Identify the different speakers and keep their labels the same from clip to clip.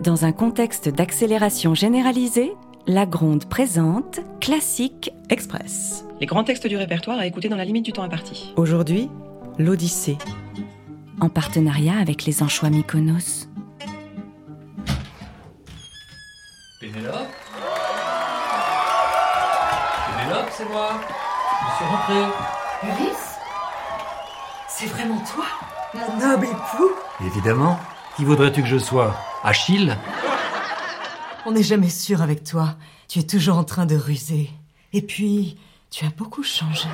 Speaker 1: Dans un contexte d'accélération généralisée, la Gronde présente Classique Express.
Speaker 2: Les grands textes du répertoire à écouter dans la limite du temps imparti.
Speaker 3: Aujourd'hui, l'Odyssée.
Speaker 1: En partenariat avec les Anchois Mykonos.
Speaker 4: Pénélope Pénélope, c'est moi Je suis rentré
Speaker 5: Ulysse C'est vraiment toi Mon noble époux
Speaker 6: Évidemment. Qui voudrais-tu que je sois Achille
Speaker 5: On n'est jamais sûr avec toi. Tu es toujours en train de ruser. Et puis, tu as beaucoup changé.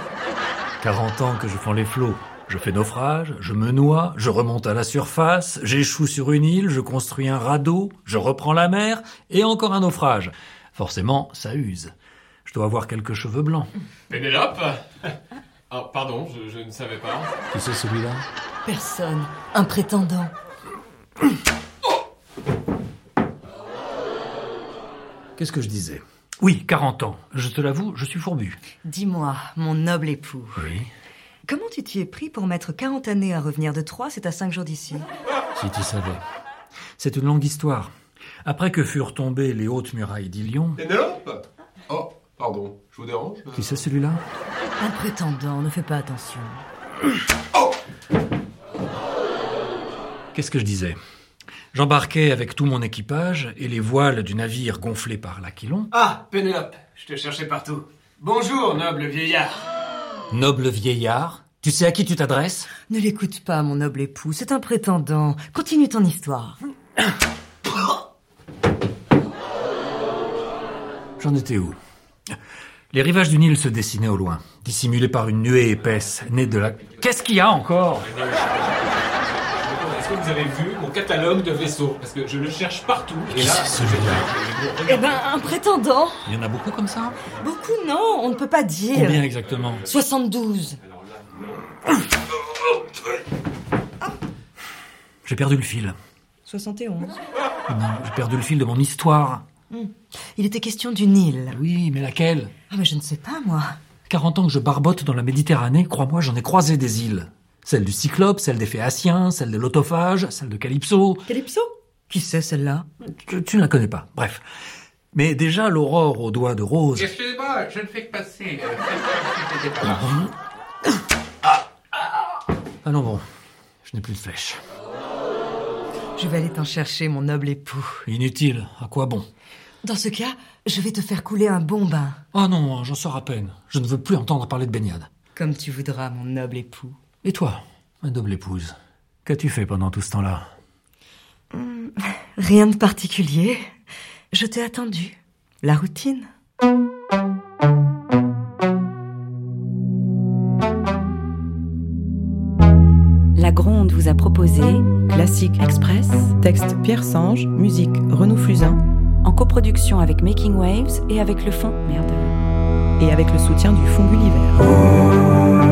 Speaker 6: 40 ans que je fends les flots. Je fais naufrage, je me noie, je remonte à la surface, j'échoue sur une île, je construis un radeau, je reprends la mer, et encore un naufrage. Forcément, ça use. Je dois avoir quelques cheveux blancs.
Speaker 7: Pénélope Ah, pardon, je, je ne savais pas.
Speaker 6: Tu sais celui-là
Speaker 5: Personne, un prétendant.
Speaker 6: Qu'est-ce que je disais Oui, 40 ans. Je te l'avoue, je suis fourbu.
Speaker 5: Dis-moi, mon noble époux,
Speaker 6: Oui.
Speaker 5: comment tu t'y es pris pour mettre 40 années à revenir de Troyes C'est à 5 jours d'ici.
Speaker 6: Si tu savais. C'est une longue histoire. Après que furent tombées les hautes murailles d'Ilion,
Speaker 7: Pénélope Oh, pardon, je vous dérange euh,
Speaker 6: qui c'est celui-là
Speaker 5: Un prétendant, ne fais pas attention.
Speaker 6: Qu'est-ce que je disais J'embarquais avec tout mon équipage et les voiles du navire gonflées par l'Aquilon.
Speaker 8: Ah, Pénélope, je te cherchais partout. Bonjour, noble vieillard.
Speaker 6: Noble vieillard, tu sais à qui tu t'adresses
Speaker 5: Ne l'écoute pas, mon noble époux, c'est un prétendant. Continue ton histoire.
Speaker 6: J'en étais où Les rivages du Nil se dessinaient au loin, dissimulés par une nuée épaisse, née de la... Qu'est-ce qu'il y a encore
Speaker 7: Est-ce que vous avez vu mon catalogue de vaisseaux Parce que je le cherche partout. Et
Speaker 6: Qui
Speaker 7: là,
Speaker 6: c'est celui-là
Speaker 5: Eh ben, un prétendant
Speaker 6: Il y en a beaucoup comme ça
Speaker 5: Beaucoup, non, on ne peut pas dire.
Speaker 6: Combien exactement
Speaker 5: 72.
Speaker 6: J'ai perdu le fil.
Speaker 5: 71.
Speaker 6: Non, j'ai perdu le fil de mon histoire.
Speaker 5: Il était question du Nil.
Speaker 6: Oui, mais laquelle
Speaker 5: Ah, mais je ne sais pas, moi.
Speaker 6: 40 ans que je barbote dans la Méditerranée, crois-moi, j'en ai croisé des îles. Celle du Cyclope, celle des Phéaciens, celle de l'Autophage, celle de Calypso.
Speaker 5: Calypso Qui c'est, celle-là
Speaker 6: Tu, tu ne la connais pas, bref. Mais déjà, l'aurore aux doigts de rose.
Speaker 8: Excusez-moi, je ne fais que passer.
Speaker 7: euh,
Speaker 6: Allons Ah bon, je n'ai plus de flèche.
Speaker 5: Je vais aller t'en chercher, mon noble époux.
Speaker 6: Inutile, à quoi bon
Speaker 5: Dans ce cas, je vais te faire couler un bon bain.
Speaker 6: Oh non, j'en sors à peine. Je ne veux plus entendre parler de baignade.
Speaker 5: Comme tu voudras, mon noble époux.
Speaker 6: Et toi, ma noble épouse, qu'as-tu fait pendant tout ce temps-là
Speaker 5: Rien de particulier. Je t'ai attendu. La routine.
Speaker 1: La Gronde vous a proposé,
Speaker 3: Classique Express, texte Pierre Sange, musique Renaud Flusin
Speaker 1: en coproduction avec Making Waves et avec le fond, merde.
Speaker 3: et avec le soutien du Fonds Gulliver.